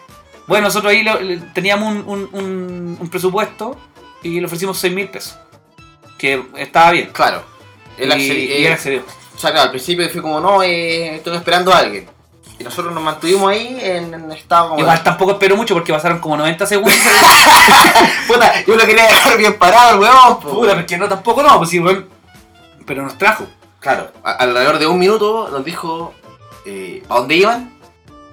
[SPEAKER 1] Bueno, nosotros ahí lo- le- teníamos un, un- un- un presupuesto y le ofrecimos 6 mil pesos. Que estaba bien.
[SPEAKER 2] Claro. Él
[SPEAKER 1] y,
[SPEAKER 2] accedi-
[SPEAKER 1] y él
[SPEAKER 2] eh,
[SPEAKER 1] accedió.
[SPEAKER 2] O sea, claro, al principio fue como, no, eh, estoy esperando a alguien. Y nosotros nos mantuvimos ahí en, en estado como...
[SPEAKER 1] Igual tampoco esperó mucho porque pasaron como 90 segundos.
[SPEAKER 2] Ah, Puta, yo lo quería dejar bien parado, el huevón. po.
[SPEAKER 1] Puta, porque no, tampoco no. Pues, sí, weón. pero nos trajo.
[SPEAKER 2] Claro, a- alrededor de un minuto nos dijo, eh, ¿a dónde iban?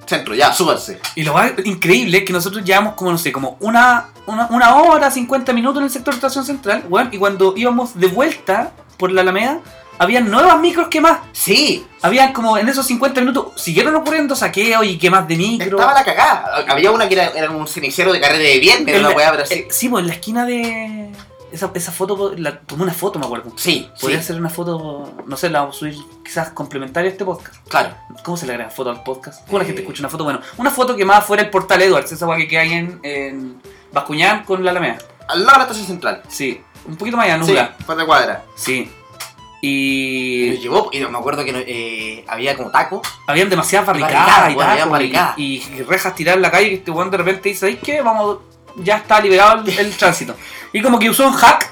[SPEAKER 2] Centro, ya, súbanse.
[SPEAKER 1] Y lo más increíble es que nosotros llevamos como, no sé, como una, una, una hora, 50 minutos en el sector de estación central, weón, y cuando íbamos de vuelta por la Alameda, habían nuevas micros quemadas.
[SPEAKER 2] Sí,
[SPEAKER 1] Habían como en esos 50 minutos, siguieron ocurriendo saqueos y quemas de micro.
[SPEAKER 2] estaba la cagada. Había una que era, era como un cenicero de carrera de viernes,
[SPEAKER 1] En
[SPEAKER 2] una
[SPEAKER 1] la-
[SPEAKER 2] weá, pero
[SPEAKER 1] eh,
[SPEAKER 2] sí.
[SPEAKER 1] sí, pues en la esquina de. Esa, esa foto, la, tomé una foto, me acuerdo.
[SPEAKER 2] Sí,
[SPEAKER 1] Podría
[SPEAKER 2] sí,
[SPEAKER 1] ser una foto, no sé, la vamos a subir quizás complementaria a este podcast.
[SPEAKER 2] claro.
[SPEAKER 1] ¿Cómo se le agrega foto al podcast? ¿Cómo la
[SPEAKER 2] Eh.
[SPEAKER 1] gente escucha una foto? Bueno, una foto que más fuera el portal Edwards, esa guay que hay en, en Bascuñán con la Alameda.
[SPEAKER 2] Al lado de la estación central.
[SPEAKER 1] Sí, un poquito más allá,
[SPEAKER 2] Sí,
[SPEAKER 1] nula.
[SPEAKER 2] cuatro cuadras.
[SPEAKER 1] Sí.
[SPEAKER 2] Y nos
[SPEAKER 1] Y
[SPEAKER 2] llevó, y me acuerdo que no- eh, había como tacos.
[SPEAKER 1] habían demasiadas
[SPEAKER 2] Barricadas,
[SPEAKER 1] barricadas y
[SPEAKER 2] bueno, habían
[SPEAKER 1] tacos y-
[SPEAKER 2] barricadas.
[SPEAKER 1] y, y rejas tiradas en la calle que este weón de repente dice, ¿sabes qué? Vamos, ya está liberado el, el tránsito. Y como que usó un hack,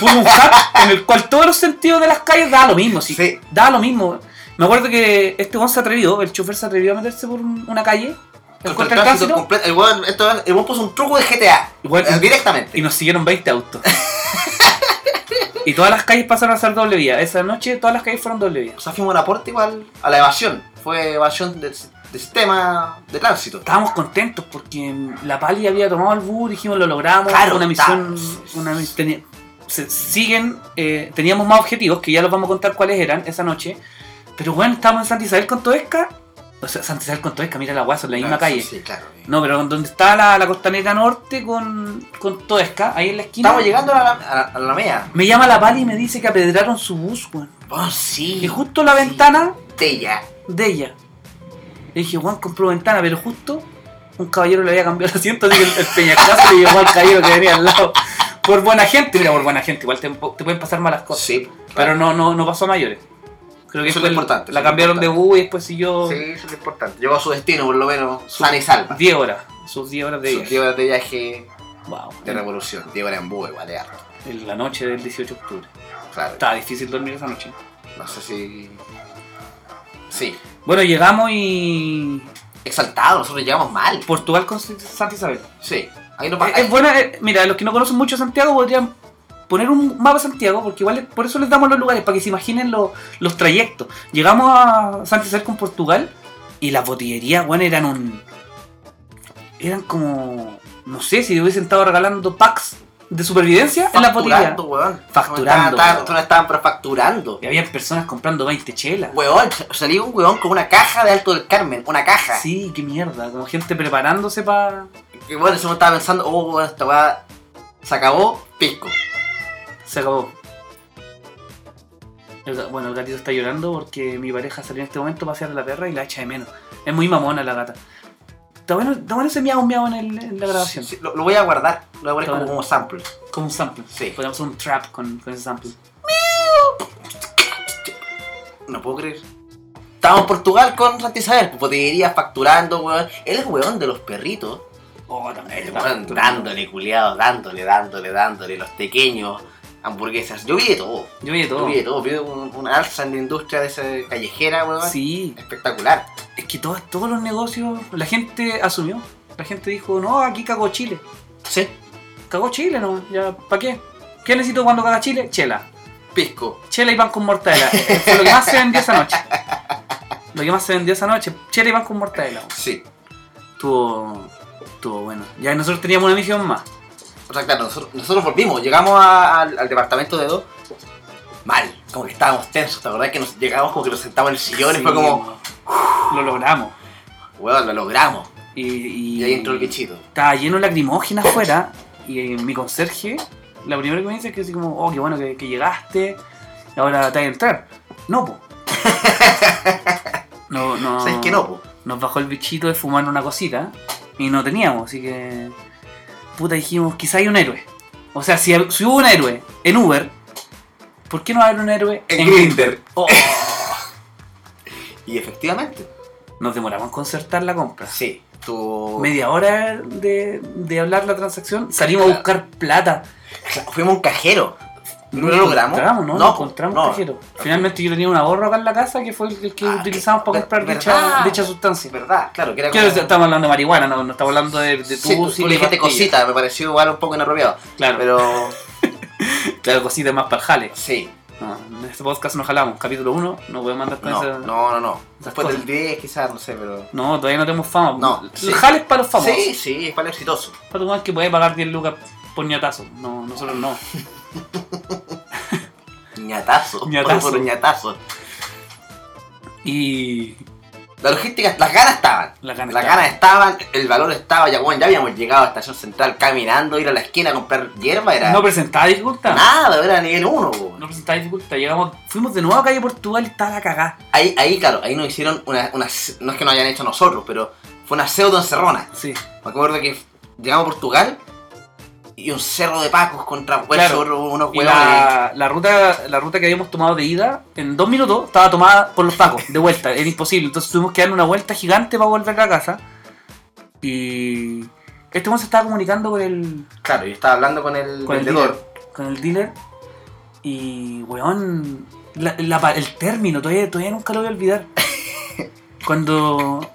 [SPEAKER 1] puso un hack en el cual todos los sentidos de las calles da lo mismo, sí.
[SPEAKER 2] Sí.
[SPEAKER 1] Da lo mismo. Me acuerdo que este weón se atrevió, el chofer se atrevió a meterse por un- una calle.
[SPEAKER 2] Contra
[SPEAKER 1] encuentra el tránsito,
[SPEAKER 2] completo. El weón, esto- el weón puso un truco de GTA.
[SPEAKER 1] Igual-
[SPEAKER 2] eh, directamente.
[SPEAKER 1] y nos siguieron 20 autos. y todas las calles pasaron a ser doble vía. Esa noche todas las calles fueron doble vía.
[SPEAKER 2] O sea, fuimos un aporte igual a la evasión. Fue evasión del si- del sistema de tránsito.
[SPEAKER 1] Estábamos contentos porque la Pali había tomado el bus, dijimos lo logramos,
[SPEAKER 2] Claro,
[SPEAKER 1] una misión,
[SPEAKER 2] está.
[SPEAKER 1] una mis- teni- se- siguen, eh, teníamos más objetivos que ya los vamos a contar cuáles eran esa noche, pero bueno, estábamos en Santa Isabel con Toesca, o sea, Santa Isabel con Toesca, mira la guasa, en la misma
[SPEAKER 2] Claro,
[SPEAKER 1] calle.
[SPEAKER 2] Ah, Sí, claro.
[SPEAKER 1] No, pero donde está la, la costanera norte con, con Toesca, ahí en la esquina.
[SPEAKER 2] Estamos llegando a la, a la, a la Alameda.
[SPEAKER 1] Me llama la Pali y me dice que apedraron su bus, weón.
[SPEAKER 2] Oh, sí.
[SPEAKER 1] Y justo la ventana
[SPEAKER 2] Botella.
[SPEAKER 1] de ella. Le dije, Juan compró ventana, pero justo un caballero le había cambiado el asiento, así que el, el peñascazo le llegó al caballero que venía al lado. Por buena gente, mira, por buena gente, igual te, te pueden pasar malas cosas.
[SPEAKER 2] Sí,
[SPEAKER 1] Pero no, no, no pasó a mayores. Creo que
[SPEAKER 2] Eso
[SPEAKER 1] fue
[SPEAKER 2] es lo
[SPEAKER 1] el-
[SPEAKER 2] importante, eso
[SPEAKER 1] La
[SPEAKER 2] es lo
[SPEAKER 1] cambiaron de bus y después siguió
[SPEAKER 2] Sí, eso es lo importante. Llegó a su destino, por lo menos, sana y salva.
[SPEAKER 1] 10 horas, sus 10 horas de
[SPEAKER 2] Sus
[SPEAKER 1] viaje. Mm.
[SPEAKER 2] 10 horas de viaje
[SPEAKER 1] Wow.
[SPEAKER 2] de revolución. 10 horas en búho, igual, de harto.
[SPEAKER 1] En la noche del 18 de octubre.
[SPEAKER 2] Claro.
[SPEAKER 1] Estaba difícil dormir esa noche.
[SPEAKER 2] No sé si. Sí.
[SPEAKER 1] Bueno, llegamos y.
[SPEAKER 2] Exaltado, nosotros llegamos mal.
[SPEAKER 1] Portugal con Santa Isabel.
[SPEAKER 2] Sí. Ahí no
[SPEAKER 1] Eh, Es buena, eh, mira, los que no conocen mucho Santiago podrían poner un mapa de Santiago, porque igual es- por eso les damos los lugares, para que se imaginen lo- los trayectos. Llegamos a Santiago con Portugal y las botillerías, bueno, eran un. Eran como. No sé, si hubiesen estado regalando packs de supervivencia en las botillerías.
[SPEAKER 2] Facturando, weón.
[SPEAKER 1] Facturando.
[SPEAKER 2] No estaban, no estaban pero facturando.
[SPEAKER 1] Y había personas comprando 20 chelas.
[SPEAKER 2] Weón, salió un weón con una caja de Alto del Carmen. Una caja.
[SPEAKER 1] Sí, qué mierda, como gente preparándose para.
[SPEAKER 2] Y bueno, eso me estaba pensando, oh, weón, esta weá se acabó, pisco.
[SPEAKER 1] Se acabó. El ga- Bueno, el gatito está llorando porque mi pareja salió en este momento a pasear a la perra y la echa de menos. Es muy mamona la gata. Está bueno, está bueno ese miau miau en, el- en la grabación.
[SPEAKER 2] Sí, sí, lo, lo voy a guardar, lo voy a guardar como,
[SPEAKER 1] Claro.
[SPEAKER 2] como sample.
[SPEAKER 1] Como un sample.
[SPEAKER 2] Sí.
[SPEAKER 1] Podemos hacer un trap con, con ese sample.
[SPEAKER 2] No puedo creer. Estábamos en Portugal con Santa Isabel, pues, botillería, facturando, weón. Él es weón de los perritos.
[SPEAKER 1] Oh, también.
[SPEAKER 2] El
[SPEAKER 1] está
[SPEAKER 2] weón
[SPEAKER 1] bueno.
[SPEAKER 2] dándole, culiado, dándole, dándole, dándole, los pequeños, hamburguesas. Yo vi de todo.
[SPEAKER 1] Yo vi de
[SPEAKER 2] Yo
[SPEAKER 1] todo.
[SPEAKER 2] vi de todo. Vi un- una alza en la industria de esa callejera, weón.
[SPEAKER 1] Sí.
[SPEAKER 2] Espectacular.
[SPEAKER 1] Es que todos, todos los negocios, la gente asumió. La gente dijo, no, aquí cagó Chile.
[SPEAKER 2] Sí.
[SPEAKER 1] Cagó Chile, ¿no? Ya, ¿para qué? ¿Qué necesito cuando caga Chile? Chela.
[SPEAKER 2] Pisco.
[SPEAKER 1] Chela y pan con mortadela. Eh, Fue lo que más se vendió esa noche. Lo que más se vendió esa noche, chela y pan con mortadela.
[SPEAKER 2] Sí.
[SPEAKER 1] Estuvo, estuvo bueno. Ya nosotros teníamos una misión más.
[SPEAKER 2] O sea, claro, nosotros, nosotros volvimos, llegamos a- al, al departamento de dos. Mal, como que estábamos tensos, ¿te acordás que nos llegamos como que nos sentamos en el sillón y
[SPEAKER 1] Sí,
[SPEAKER 2] fue como,
[SPEAKER 1] Lo logramos.
[SPEAKER 2] weón, lo logramos.
[SPEAKER 1] Y, y-
[SPEAKER 2] Y ahí entró el bichito.
[SPEAKER 1] Estaba lleno de lacrimógena afuera. Y eh, mi conserje, la primera que me dice es que así como, oh, qué bueno que, que llegaste. Ahora te vas a entrar. No, po. No, no.
[SPEAKER 2] ¿Sabes qué no? po?
[SPEAKER 1] nos bajó el bichito de fumar una cosita y no teníamos, así que puta dijimos, quizá hay un héroe. O sea, si, si hubo un héroe en Uber, ¿por qué no haber un héroe en Grindr? Oh.
[SPEAKER 2] Y efectivamente,
[SPEAKER 1] Nos demoramos en concertar la compra.
[SPEAKER 2] sí, tu...
[SPEAKER 1] Media hora de, de hablar la transacción, salimos a buscar plata.
[SPEAKER 2] Cla- fuimos a un cajero. ¿No lo logramos?
[SPEAKER 1] encontramos, ¿no?
[SPEAKER 2] No,
[SPEAKER 1] No, encontramos
[SPEAKER 2] no.
[SPEAKER 1] cajero. Finalmente yo tenía un ahorro acá en la casa que fue el que
[SPEAKER 2] Ah,
[SPEAKER 1] utilizamos para
[SPEAKER 2] ver-
[SPEAKER 1] comprar
[SPEAKER 2] verdad.
[SPEAKER 1] dicha, dicha
[SPEAKER 2] Es
[SPEAKER 1] sustancia.
[SPEAKER 2] verdad, claro, que era
[SPEAKER 1] Claro, estamos hablando de marihuana, no, no estamos hablando de, de
[SPEAKER 2] Sí, tú,
[SPEAKER 1] tubos y
[SPEAKER 2] tú
[SPEAKER 1] de
[SPEAKER 2] le dijiste
[SPEAKER 1] pastillas.
[SPEAKER 2] cosita, me pareció igual un poco inapropiado.
[SPEAKER 1] Claro,
[SPEAKER 2] Pero,
[SPEAKER 1] claro, cositas más para el jale.
[SPEAKER 2] sí,
[SPEAKER 1] No, en este podcast nos jalamos. Capítulo 1, no podemos andar con
[SPEAKER 2] no,
[SPEAKER 1] esa-
[SPEAKER 2] no, no, no.
[SPEAKER 1] esas
[SPEAKER 2] Después
[SPEAKER 1] cosas.
[SPEAKER 2] del 10 quizás, no sé, pero...
[SPEAKER 1] No, todavía no tenemos fama.
[SPEAKER 2] No,
[SPEAKER 1] El
[SPEAKER 2] sí.
[SPEAKER 1] jale es para los famosos.
[SPEAKER 2] Sí, sí, es para el exitoso.
[SPEAKER 1] Para tu que puede pagar 10 lucas puñetazo. No, nosotros no.
[SPEAKER 2] ñatazo.
[SPEAKER 1] Ñatazo.
[SPEAKER 2] Por ñatazo.
[SPEAKER 1] Y
[SPEAKER 2] La logística, las ganas estaban.
[SPEAKER 1] la gana.
[SPEAKER 2] Las ganas estaban, el valor estaba, ya, bueno, ya habíamos llegado a Estación Central caminando, ir a la esquina a comprar hierba era
[SPEAKER 1] No presentaba dificultad.
[SPEAKER 2] nada, era nivel 1.
[SPEAKER 1] No presentaba dificultad. Llegamos, fuimos de nuevo a calle Portugal y estaba la cagada.
[SPEAKER 2] Ahí, ahí, claro, ahí nos hicieron una, una- no es que nos hayan hecho nosotros, pero fue una pseudo encerrona.
[SPEAKER 1] Sí.
[SPEAKER 2] Me acuerdo que llegamos a Portugal y un cerro de pacos contra huesos,
[SPEAKER 1] Claro.
[SPEAKER 2] unos
[SPEAKER 1] Y
[SPEAKER 2] huevos. eh,
[SPEAKER 1] la, la ruta, la ruta que habíamos tomado de ida, en dos minutos estaba tomada por los pacos, de vuelta, era imposible. Entonces tuvimos que dar una vuelta gigante para volver a la casa. Y este hombre se estaba comunicando con el,
[SPEAKER 2] Claro, yo estaba hablando con el
[SPEAKER 1] con el dealer.
[SPEAKER 2] vendedor.
[SPEAKER 1] Con el dealer. Y, weón, la- la pa- el término, todavía, todavía nunca lo voy a olvidar. Cuando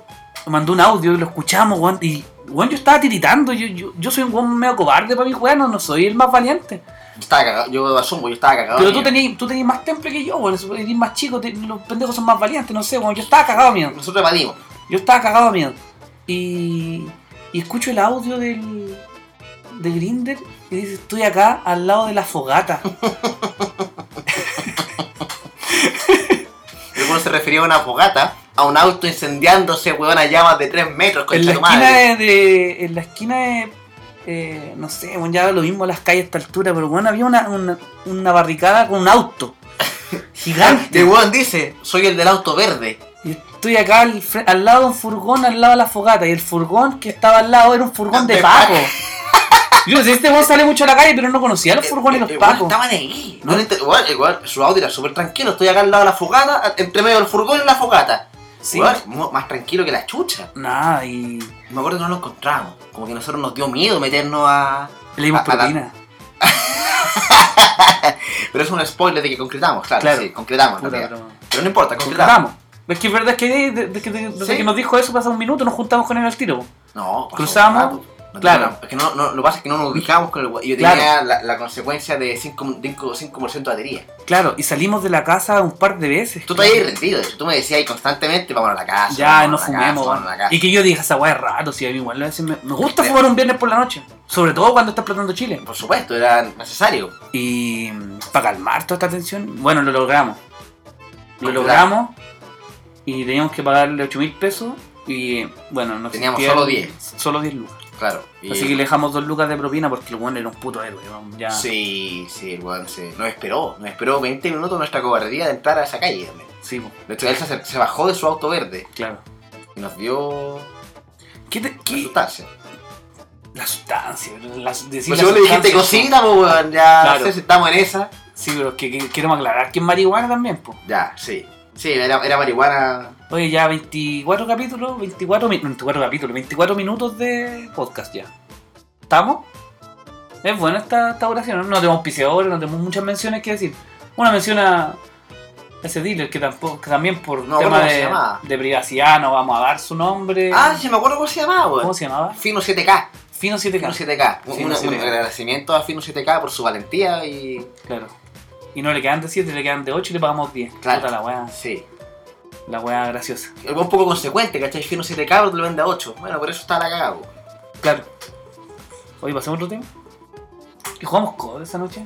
[SPEAKER 1] mandó un audio, lo escuchamos, weón, y, weón, yo estaba tiritando. Yo, yo, yo soy un weón medio cobarde para mi weón, no, no soy el más valiente.
[SPEAKER 2] Yo estaba cagado, yo asumo, yo estaba cagado.
[SPEAKER 1] Pero tú
[SPEAKER 2] mira.
[SPEAKER 1] tenías tú tenías más temple que yo, weón. Eres más chico, te- los pendejos son más valientes, no sé, weón. Yo estaba cagado de miedo.
[SPEAKER 2] Nosotros evadimos.
[SPEAKER 1] Yo estaba cagado de miedo. Y, y escucho el audio del, de Grinder y dice, estoy acá al lado de la fogata.
[SPEAKER 2] El hueón se refería a una fogata, a un auto incendiándose, huevón, a llamas de 3 metros,
[SPEAKER 1] en,
[SPEAKER 2] concha
[SPEAKER 1] la
[SPEAKER 2] tu
[SPEAKER 1] esquina
[SPEAKER 2] madre.
[SPEAKER 1] de, de- en la esquina de... eh, no sé, weón, ya lo mismo las calles a esta altura, pero bueno, había una, una, una barricada con un auto
[SPEAKER 2] Y el
[SPEAKER 1] gigante.
[SPEAKER 2] hueón dice, soy el del auto verde.
[SPEAKER 1] Y estoy acá al, fre- al lado de un furgón, al lado de la fogata. Y el furgón que estaba al lado era un furgón de
[SPEAKER 2] De
[SPEAKER 1] Paco.
[SPEAKER 2] Paco.
[SPEAKER 1] Yo no sé, este weón sale mucho a la calle, pero no conocía los furgones y
[SPEAKER 2] El
[SPEAKER 1] los
[SPEAKER 2] hueón
[SPEAKER 1] Pacos.
[SPEAKER 2] Estaban ahí. No le inter- hueón, el hueón, su auto era súper tranquilo, estoy acá al lado de la fogata, a- entre medio del furgón y la fogata.
[SPEAKER 1] Sí.
[SPEAKER 2] Hueón, mu- más tranquilo que la chucha.
[SPEAKER 1] Nada, y
[SPEAKER 2] Me acuerdo que no lo encontramos. Como que nosotros nos dio miedo meternos a...
[SPEAKER 1] le dimos
[SPEAKER 2] A- a la-
[SPEAKER 1] propina.
[SPEAKER 2] Pero es un spoiler de que concretamos, claro.
[SPEAKER 1] Claro.
[SPEAKER 2] Sí, concretamos. en
[SPEAKER 1] Puta,
[SPEAKER 2] realidad.
[SPEAKER 1] pero-
[SPEAKER 2] Pero no importa, concretamos.
[SPEAKER 1] Juntamos. Es que es verdad que de- de- de- que de- desde
[SPEAKER 2] Sí.
[SPEAKER 1] que nos dijo eso pasó un minuto, nos juntamos con él al tiro.
[SPEAKER 2] No, pasó
[SPEAKER 1] Cruzamos,
[SPEAKER 2] rato. No
[SPEAKER 1] claro.
[SPEAKER 2] tenía- es que no, no- lo que pasa es que no nos ubicamos con el gua- Yo
[SPEAKER 1] Claro.
[SPEAKER 2] tenía la, la consecuencia de 5%, de batería.
[SPEAKER 1] Claro, y salimos de la casa un par de veces.
[SPEAKER 2] Tú te habías rendido, de hecho. tú me decías ahí constantemente, vámonos a la casa.
[SPEAKER 1] Ya, no
[SPEAKER 2] vámonos a la casa,
[SPEAKER 1] fumemos.
[SPEAKER 2] vámonos a la casa.
[SPEAKER 1] y que yo dije esa weá es raro, si a mí igual a veces me, me gusta fumar un viernes por la noche. Sobre todo cuando estás plantando chile.
[SPEAKER 2] Por supuesto, era necesario.
[SPEAKER 1] Y para calmar toda esta tensión, bueno, lo logramos. Lo
[SPEAKER 2] Claro.
[SPEAKER 1] logramos y teníamos que pagarle 8 mil pesos y bueno, nos
[SPEAKER 2] Teníamos
[SPEAKER 1] existían
[SPEAKER 2] solo 10.
[SPEAKER 1] Solo 10 lucas.
[SPEAKER 2] Claro. Y-
[SPEAKER 1] Así que le dejamos 2 lucas de propina porque el weón era un puto héroe. weón, Ya.
[SPEAKER 2] Sí, sí, el weón se... nos esperó. Nos esperó 20 minutos nuestra cobardía de entrar a esa calle. también.
[SPEAKER 1] Sí, po,
[SPEAKER 2] De hecho, él se, acer- se bajó de su auto verde
[SPEAKER 1] claro.
[SPEAKER 2] y nos dio
[SPEAKER 1] ¿Qué te, qué?
[SPEAKER 2] resultarse.
[SPEAKER 1] La sustancia. La, su- decir la
[SPEAKER 2] Pues si vos le dijiste
[SPEAKER 1] sustancia,
[SPEAKER 2] cosita, pues weón, ya
[SPEAKER 1] Claro.
[SPEAKER 2] no sé si estamos en esa.
[SPEAKER 1] Sí, pero es que, que- queremos aclarar que es marihuana también, pues.
[SPEAKER 2] Ya, sí. Sí, era, era marihuana
[SPEAKER 1] Oye, ya 24 capítulos, 24, mi- 24 capítulos, 24 minutos de podcast ya. ¿Estamos? Es buena esta, esta oración, ¿no? No tenemos auspiciadores, no tenemos muchas menciones que decir. Una mención a ese dealer que tampoco, que también por
[SPEAKER 2] No,
[SPEAKER 1] tema
[SPEAKER 2] ¿cómo se
[SPEAKER 1] de,
[SPEAKER 2] llamaba?
[SPEAKER 1] de privacidad no vamos a dar su nombre.
[SPEAKER 2] Ah, sí, me acuerdo cómo se llamaba,
[SPEAKER 1] ¿Cómo
[SPEAKER 2] weón.
[SPEAKER 1] se llamaba?
[SPEAKER 2] Fino 7K.
[SPEAKER 1] Fino
[SPEAKER 2] Fino
[SPEAKER 1] 7K.
[SPEAKER 2] 7K. Un,
[SPEAKER 1] Fino
[SPEAKER 2] un- un
[SPEAKER 1] 7K.
[SPEAKER 2] agradecimiento a Fino 7K por su valentía y.
[SPEAKER 1] Claro. Y no le quedan de 7, le quedan de 8 y le pagamos 10.
[SPEAKER 2] Claro.
[SPEAKER 1] Puta la weá,
[SPEAKER 2] Sí.
[SPEAKER 1] la weá graciosa.
[SPEAKER 2] Algo un poco consecuente, ¿cachai? Fino 7K, pero te lo vende a 8. Bueno, por eso está la cagada, weón.
[SPEAKER 1] Claro. Oye, pasemos otro tema. ¿Y jugamos COD esa noche?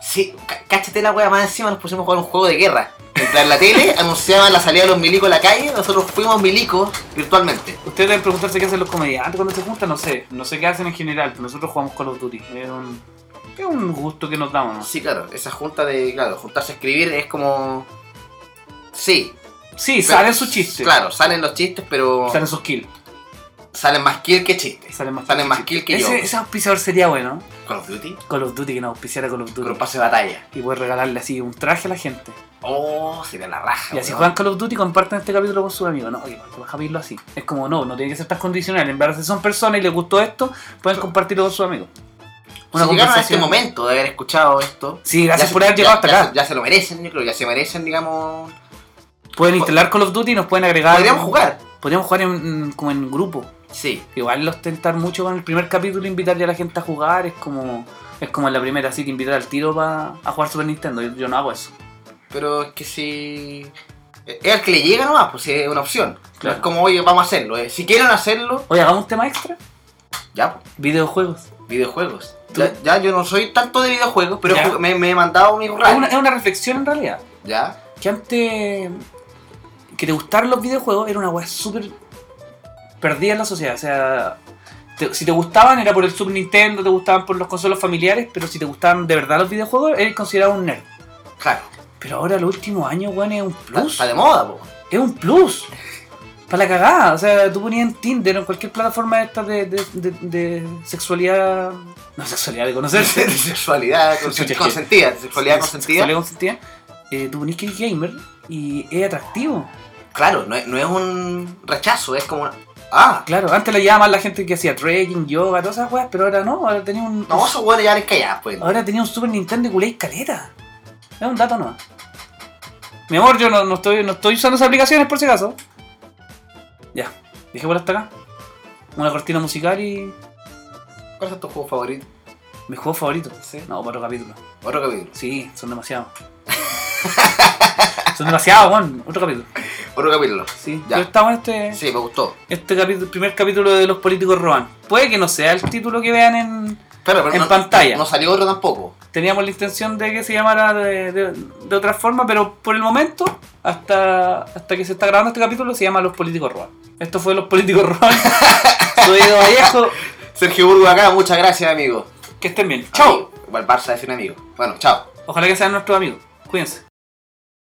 [SPEAKER 2] Sí, ca- cáchate la wea más encima, nos pusimos a jugar un juego de guerra. Mientras en la tele anunciaban la salida de los milicos a la calle, nosotros fuimos milicos virtualmente.
[SPEAKER 1] Ustedes deben preguntarse qué hacen los comediantes cuando se juntan, no sé, no sé qué hacen en general, pero nosotros jugamos Call of Duty. Es un, es un gusto que nos damos, ¿no?
[SPEAKER 2] Sí, claro, esa junta de, claro, juntarse a escribir es como... Sí.
[SPEAKER 1] Sí,
[SPEAKER 2] pero-
[SPEAKER 1] salen sus chistes,
[SPEAKER 2] Claro, salen los chistes, pero
[SPEAKER 1] salen sus kills,
[SPEAKER 2] salen más kill que chistes.
[SPEAKER 1] salen más,
[SPEAKER 2] Salen más kill que yo.
[SPEAKER 1] ese, ese auspiciador sería bueno,
[SPEAKER 2] Call of Duty,
[SPEAKER 1] Call of Duty, que nos auspiciara Call of Duty.
[SPEAKER 2] con pase de batalla.
[SPEAKER 1] Y poder regalarle así un traje a la gente.
[SPEAKER 2] Oh, sería la raja.
[SPEAKER 1] Y así
[SPEAKER 2] weón.
[SPEAKER 1] juegan Call of Duty y comparten este capítulo con sus amigos. No, oye, ¿por qué vas a pedirlo así? Es como, no, no tiene que ser tan condicional. En verdad, si son personas y les gustó esto, pueden compartirlo con sus amigos. Una
[SPEAKER 2] si llegaron a este momento de haber escuchado esto...
[SPEAKER 1] Sí, gracias
[SPEAKER 2] ya
[SPEAKER 1] por
[SPEAKER 2] se-
[SPEAKER 1] haber llegado
[SPEAKER 2] ya-
[SPEAKER 1] hasta
[SPEAKER 2] ya
[SPEAKER 1] acá.
[SPEAKER 2] se- Ya se lo merecen, yo creo, ya se merecen, digamos...
[SPEAKER 1] Pueden instalar Call of Duty y nos pueden agregar.
[SPEAKER 2] Podríamos jugar.
[SPEAKER 1] Podríamos jugar en, como en grupo.
[SPEAKER 2] Sí,
[SPEAKER 1] Igual los tentar mucho con el primer capítulo, invitarle a la gente a jugar. Es como es como en la primera cita, invitar al tiro pa- a jugar Super Nintendo. Yo, yo no hago eso.
[SPEAKER 2] Pero es que si. Es al que le llega nomás, pues si es una opción. No
[SPEAKER 1] Claro.
[SPEAKER 2] es como, oye, vamos a hacerlo. eh. Si quieren hacerlo,
[SPEAKER 1] Oye, hagamos un tema extra.
[SPEAKER 2] Ya, pues,
[SPEAKER 1] Videojuegos.
[SPEAKER 2] videojuegos.
[SPEAKER 1] ¿Tú?
[SPEAKER 2] Ya, ya, yo no soy tanto de videojuegos, pero
[SPEAKER 1] Ya.
[SPEAKER 2] ju- me, me he mandado mis
[SPEAKER 1] Es una,
[SPEAKER 2] runs.
[SPEAKER 1] es una reflexión en realidad.
[SPEAKER 2] Ya,
[SPEAKER 1] Que antes. Que te gustaron los videojuegos era una weá súper perdida en la sociedad. O sea. te- si te gustaban era por el Super Nintendo, te gustaban por los consolas familiares, pero si te gustaban de verdad los videojuegos, eres considerado un nerd.
[SPEAKER 2] claro.
[SPEAKER 1] Pero ahora los últimos años, weón, es un
[SPEAKER 2] Está,
[SPEAKER 1] plus.
[SPEAKER 2] está de moda, po.
[SPEAKER 1] Es un plus. Para la cagada. O sea, tú ponías en Tinder o en cualquier plataforma de estas de, de, de, de sexualidad. No, sexualidad de conocerse.
[SPEAKER 2] De sexualidad consen-
[SPEAKER 1] Chucha, es que-
[SPEAKER 2] consentida, de sexualidad consentida.
[SPEAKER 1] Sexualidad consentida. Eh, tú ponías que es gamer y es atractivo.
[SPEAKER 2] Claro, no es, no es un rechazo, es como una... Ah,
[SPEAKER 1] Claro, antes le llamaba a la gente que hacía trekking, yoga, todas esas weas, pero ahora no, ahora tenía un.
[SPEAKER 2] no, esos hueones ya les callas, pues.
[SPEAKER 1] Ahora tenía un Super Nintendo y culé y caleta. Es un dato no. Mi amor, yo no, no estoy, no estoy usando esas aplicaciones por si acaso. Ya, dejé por hasta acá. Una cortina musical y.
[SPEAKER 2] ¿Cuál es tu juego favorito?
[SPEAKER 1] Mi juego favorito.
[SPEAKER 2] Sí.
[SPEAKER 1] No, para otro capítulo.
[SPEAKER 2] Otro capítulo.
[SPEAKER 1] Sí, son demasiados. son demasiados, Juan. Otro capítulo.
[SPEAKER 2] Otro capítulo.
[SPEAKER 1] Sí,
[SPEAKER 2] Ya.
[SPEAKER 1] pero estamos en este.
[SPEAKER 2] Sí, me gustó.
[SPEAKER 1] Este capítulo, primer capítulo de los políticos roban. Puede que no sea el título que vean en.
[SPEAKER 2] Pero, pero
[SPEAKER 1] En
[SPEAKER 2] no,
[SPEAKER 1] pantalla.
[SPEAKER 2] No, salió otro tampoco.
[SPEAKER 1] Teníamos la intención de que se llamara de, de- de otra forma, pero por el momento, hasta, hasta que se está grabando este capítulo, se llama Los Políticos Roban. Esto fue Los Políticos Roban. Soy Edo Vallejo.
[SPEAKER 2] Sergio Burgo acá, muchas gracias, amigo.
[SPEAKER 1] Que estén bien. ¡Chao!
[SPEAKER 2] Amigo. Igual Barça es un amigo. Bueno, chao.
[SPEAKER 1] Ojalá que sean nuestros amigos. Cuídense.